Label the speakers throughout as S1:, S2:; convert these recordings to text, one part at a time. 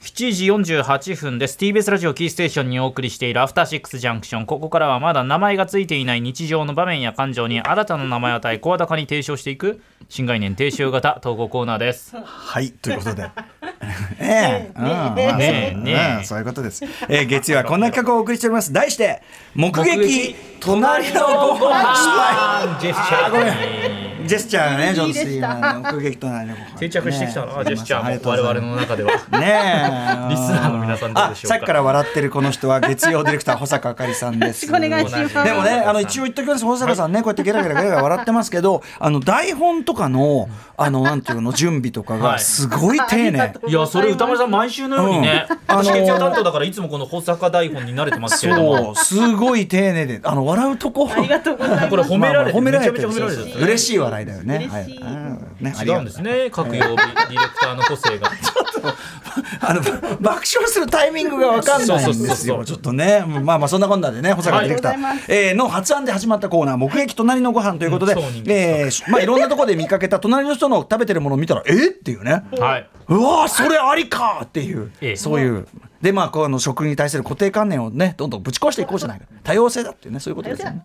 S1: 7時48分です TBS ラジオキーステーションにお送りしているアフターシックスジャンクションここからはまだ名前がついていない日常の場面や感情に新たな名前を与え声高に提唱していく新概念提唱型投稿コーナーです
S2: はいということでええうんまあそう
S1: ねえねえ
S2: うんそういうことです、えー月曜はこんな企画をお送りしております題して目撃隣のご飯失敗
S1: ジェスチャーに
S2: ジェスチャーね、ジョン・
S3: いい
S2: ス
S3: で
S2: リー
S3: し
S2: マ
S3: た
S2: ンの目撃となりのご飯
S1: 定着してきたな、
S2: ね
S1: ジェスチャ
S2: あり
S1: ー
S2: が
S1: も
S2: とう
S1: 我
S2: ござい
S1: 々
S2: ま
S1: の中では
S2: す ねえ
S1: リスナーの皆さんどうでしょうか
S2: あさっきから笑ってるこの人は月曜ディレクター保坂あかりさんです
S3: よろしくお願いします
S1: 同じ
S2: でもね、あの一応言っときます、保坂さんね、こうやってゲラゲラゲラゲラ笑ってますけど、あの台本とかの、あのなんていうの、準備とか
S1: は
S2: が
S1: い
S2: すごい丁寧。
S1: いやそれ歌丸さん毎週のようにね、
S2: うん
S1: 私
S2: あのー
S1: 月曜担当だからいつもこの保坂台本に慣れてますけれど
S2: そ
S1: も
S2: う、すごい丁 寧で、あの笑うとこ。
S3: ありがとうござい
S1: これ
S3: ます。
S1: 褒められて
S2: まあまあ褒めら
S1: めち
S2: れ
S1: ゃめち
S2: てる
S1: ゃ褒められてた
S2: 嬉しい笑いだよね。
S3: 嬉しい
S2: うんねあり
S1: 違
S2: が
S1: う
S2: と
S1: んですね各曜日ディレクターの個性が
S2: あの爆笑するタイミングがわかんないん
S1: そうそう
S2: で
S1: そう
S2: す
S1: そ
S2: よ。
S1: う
S2: ちょっとね、うんまあまあそんなこんなでね、保坂ディレクター、
S3: はいありがとうご
S2: えーの発案で始まったコーナー目撃隣のご飯ということで、
S1: うんそう人間
S2: えーまあいろんなところで見かけた隣の人の食べてるものを見たらえーっていうね。
S1: はい、
S2: うわーそれありかっていう、
S1: ええ
S2: そういうでまあこうあの食に対する固定観念をねどんどんぶち壊していこうじゃないか多様性だっていうねそういうことですよね。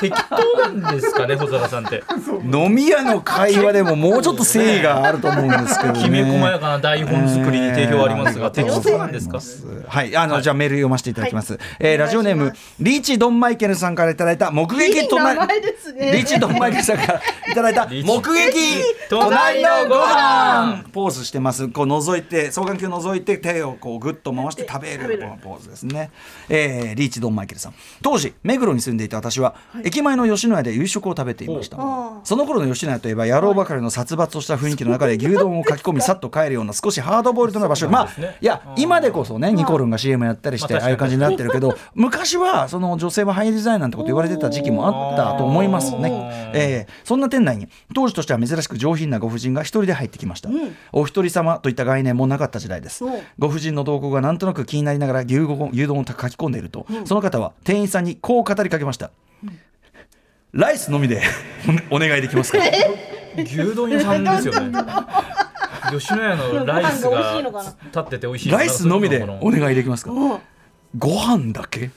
S1: 適当なんですかね保坂さんって
S2: 飲み屋の会話でももうちょっと誠意があると思うんですけどね。
S1: きめ細やかな台本作りに定評ありますが、
S2: えー
S1: 適当なんですか
S2: はい、あの、じゃあメール読ませていただきます。えーラジオネーム、リーチドンマイケルさんからいただいた目撃
S3: いい名前ですね
S2: リーチドンマイケルさんからいただいた
S1: リー
S2: 目
S1: チ
S2: 撃
S1: 隣
S2: 隣
S1: の
S2: の
S1: ご
S2: ご
S1: 飯
S2: 飯ポーズしてます。こう覗いて、双眼鏡覗いて手をこうグッと回して食べるこのポーズですね。えーリーチドンマイケルさん。当時、目黒に住んでいた私は、駅前の吉野家で夕食を食べていました。その頃の吉野家といえば野郎ばかりの殺伐とした雰囲気の中で牛丼をかき込みさっと帰るような少しハードボイルドな場所まあ
S1: そうなんですね
S2: いや今でこそねニコルンが CM やったりして
S1: まあ
S2: ああいう
S1: 確かに
S2: 感じになってるけど昔はその女性は入りづらいなんてこと言われてた時期もあったと思いますね
S1: おー、
S2: えーそんな店内に当時としては珍しく上品なご婦人が一人で入ってきました、お一人様といった概念もなかった時代です
S3: うん
S2: ご婦人の動向がなんとなく気になりながら牛丼牛丼を書き込んでいると、その方は店員さんにこう語りかけました、ライスのみで お願いできますか
S1: 牛丼屋さんですよね吉野家のライスが立ってて美味しい
S2: ライスのみでお
S1: い
S2: 願いできますかご飯だけ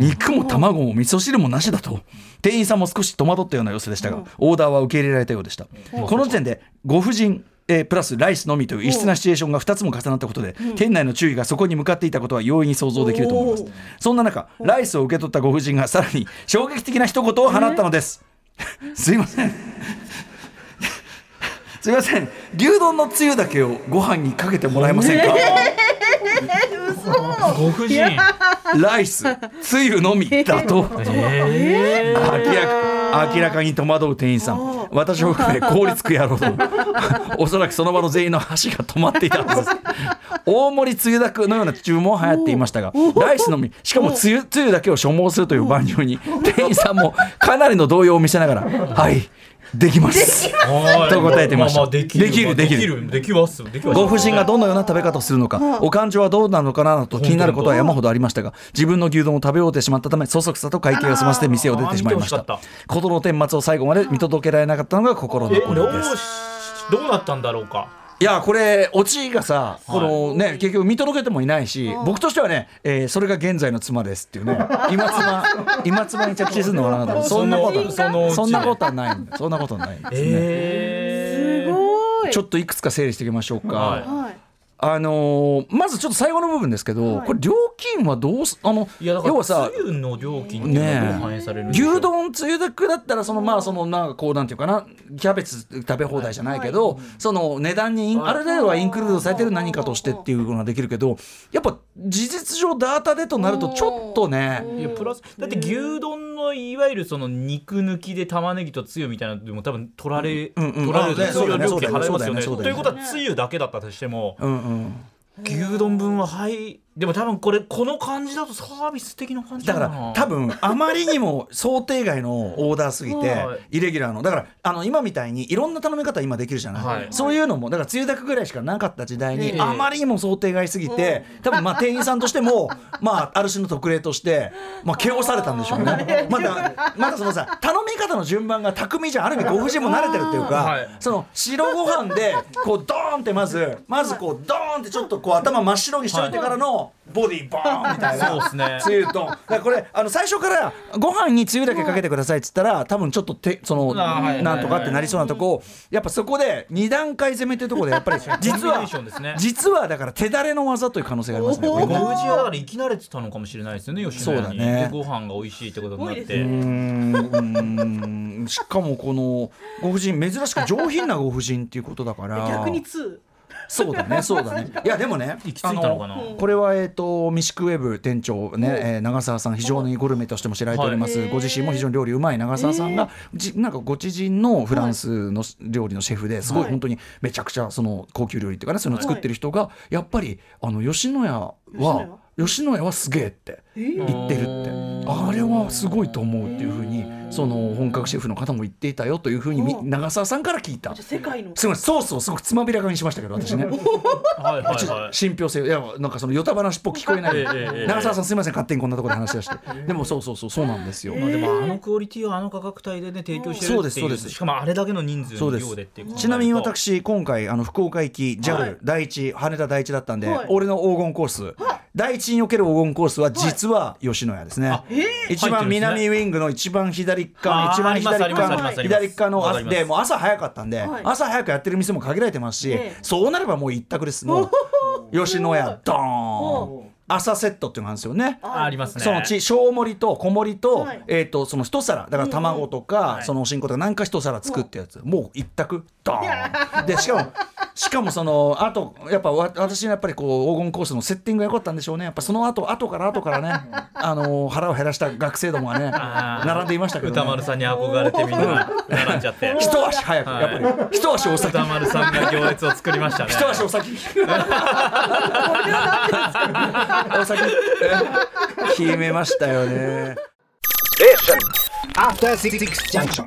S2: 肉も卵も味噌汁もなしだと店員さんも少し戸惑ったような様子でしたがオーダーは受け入れられたようでしたこの時点でご婦人えープラスライスのみという異質なシチュエーションが2つも重なったことで店内の注意がそこに向かっていたことは容易に想像できると思いますそんな中ライスを受け取ったご婦人がさらに衝撃的な一言を放ったのですすいませんすいません牛丼のつゆだけをご飯にかけてもらえませんか、
S1: ご婦人
S2: ライスつゆのみだと
S1: え
S2: 明らか明らかに戸惑う店員さん私を含め凍りつく野 郎とおそらくその場の全員の箸が止まっていたはず です大盛りつゆだくのような注文も流行っていましたがライスのみしかもつゆつゆだけを所望するという番組に店員さんもかなりの動揺を見せながら「はいできます」
S1: ー
S2: と答えてました
S1: ああできる
S2: できる
S1: で
S2: で
S1: き
S2: き
S1: る
S2: る
S1: できますできます
S2: ご婦人がどのような食べ方をするのか、お感情はどうなのかなどと気になることは山ほどありましたが、自分の牛丼を食べ終えてしまったため、そそくさと会計を済ませて店を出てしまいまし
S1: あ
S2: た
S1: ー見てほし。
S2: 事の顛末を最後まで見届けられなかったのが心
S1: え
S2: 残
S1: どう
S2: りです。
S1: しどうなったんだろうか
S2: いや、これ、オチがさ、このね、結局見届けてもいないし、僕としてはね、えーそれが現在の妻ですっていうね、今妻、 今妻に着地するのはなかった。そんなことは
S1: そのうち
S2: そんなことはないんだ。そんなことはないんですね。
S1: えー
S3: ごい。
S2: ちょっといくつか整理していきましょうか。
S1: はい
S3: はい。
S2: あのーまずちょっと最後の部分ですけど、
S3: はい
S2: これ料金はどうすあの
S1: いやだから
S2: 要はさ
S1: つゆの料金っていうのはどう反映されるんでしょう
S2: 牛丼つゆだくだったらそのまあそのなんかこうなんていうかなキャベツ食べ放題じゃないけど、その値段にイン
S1: はい
S2: ある程度はインクルードされてる何かとしてっていうのができるけどやっぱ事実上ダータでとなるとちょっとね
S1: いやプラスだって牛丼のいわゆるその肉抜きで玉ねぎとつゆみたいなのでも多分取られ、
S2: うんうん
S1: 取られ
S2: あ
S1: る
S2: ね
S1: そ
S2: そうう
S1: い
S2: だ
S1: う
S2: よ
S1: 料
S2: ね
S1: 金払いますよね。
S2: そうだよねそうだよね
S1: ということはつゆだけだったとしても、
S2: うんうん
S1: 牛丼分ははいでも多分これこの感じだとサービス的な感じ
S2: だ
S1: な
S2: か
S1: の
S2: ら多分あまりにも想定外のオーダーすぎて
S1: はい
S2: イレギュラーのだからあの今みたいにいろんな頼み方今できるじゃない、
S1: はい
S2: そういうのもだから梅雨だくぐらいしかなかった時代に、
S1: ええ
S2: あまりにも想定外すぎて、多分まあ店員さんとし ても まあある種の特例としてまあ KO されたんでしょうねまだまだそのさ頼みり方の順番が巧みじゃんある意味ご婦人も慣れてるっていうか、
S1: はい
S2: その白ご飯でこうドーンってまずまずこうドーンってちょっとこう頭真っ白にしといてからのボディーボーンみたいな。
S1: そうですね
S2: つゆとだからこれあの最初からご飯につゆだけかけてくださいっつったら多分ちょっとてその
S1: あーはい
S2: なんとかってなりそうなとこをやっぱそこで2段階攻めっていうところでやっ ぱり実
S1: コンビネ
S2: は
S1: ーションですね
S2: 実はだから手だれの技という可能性がありますね。こ
S1: ご
S2: れ
S1: 無事はだから生き慣れてたのかもしれないですよね吉野家に
S2: そうだね
S1: でご飯が美味しいってことになっ
S3: すごい
S1: て、
S3: で
S2: うーんしかもこのご婦人珍しく上品なご婦人っていうことだから
S3: 逆に2
S2: そうだねそうだねいやでもね
S1: 行き着いたのかな
S3: あの
S2: これは、えー、とミシクウェブ店長、ねえー長澤さん非常にグルメとしても知られております、
S3: はい
S2: ご自身も非常に料理うまい長澤さんが、じなんかご知人のフランスの料理のシェフですごい
S3: はい
S2: 本当にめちゃくちゃその高級料理っていうかねそういうのを作ってる人が、やっぱりあの吉野家は吉野家はすげえって
S3: え
S2: 言ってるってあれはすごいと思うっていうふうにその本格シェフの方も言っていたよというふうにみ
S3: うん
S2: 長澤さんから聞いた
S3: じゃあ世界の
S2: すみませんソースをすごくつまびらかにしましたけど私 ね
S1: はいはい
S2: ちょっ
S1: は
S2: と信憑性いやなんかそのヨタ話っぽく聞こえない
S1: ええええ
S2: 長澤さんすみません勝手にこんなところで話し出してでもそうそうそうそうなんですよ
S1: い、まあ、でもあのクオリティをあの価格帯でね提供してるってい
S2: そううですそうです
S1: しかもあれだけの人数
S2: そう
S1: の
S2: です
S1: 量でっていうこと
S2: ちなみに
S1: 考えると
S2: 私今回あの福岡行き JAL、
S3: はい
S2: 第一羽田第一だったんで、
S3: はい
S2: 俺の黄金コース、第一における黄金コースは実は吉野家ですね、一
S1: 入ってる
S2: 番
S1: んですね
S2: 南ウィングの一番左側
S1: あー
S2: 一番左
S1: ありますあ
S2: 側
S3: りますあ
S1: ります
S2: 左側の
S1: わか
S2: 朝
S1: ります
S2: でもう朝早かったんで、
S3: はい
S2: 朝早くやってる店も限られてますし、
S3: ええ
S2: そうなればもう一択ですもう吉野家ドー
S3: お
S2: ン朝セットっていうのがあるんですよね
S1: あありますね
S2: そのち小盛りと小盛りと,、
S3: はい
S2: えー、とその一皿だから卵とか、
S1: はい
S2: そのおしんことか何か一皿作ってやつ、もう一択ドーンでしかもしかもそのあとやっぱわ私のやっぱりこう黄金コースのセッティングが良かったんでしょうねやっぱその後後から 後からねあの腹を減らした学生どもがね
S1: あー
S2: 並んでいましたけど、
S1: 歌
S2: ね
S1: 丸、さんに憧れてみんな並んじゃって
S2: 一足早く、
S1: はい
S2: やっぱり一足お先
S1: 歌丸さんが行列を作りましたね
S2: 一足お 先 お 先え決めましたよね
S4: After Six Junction.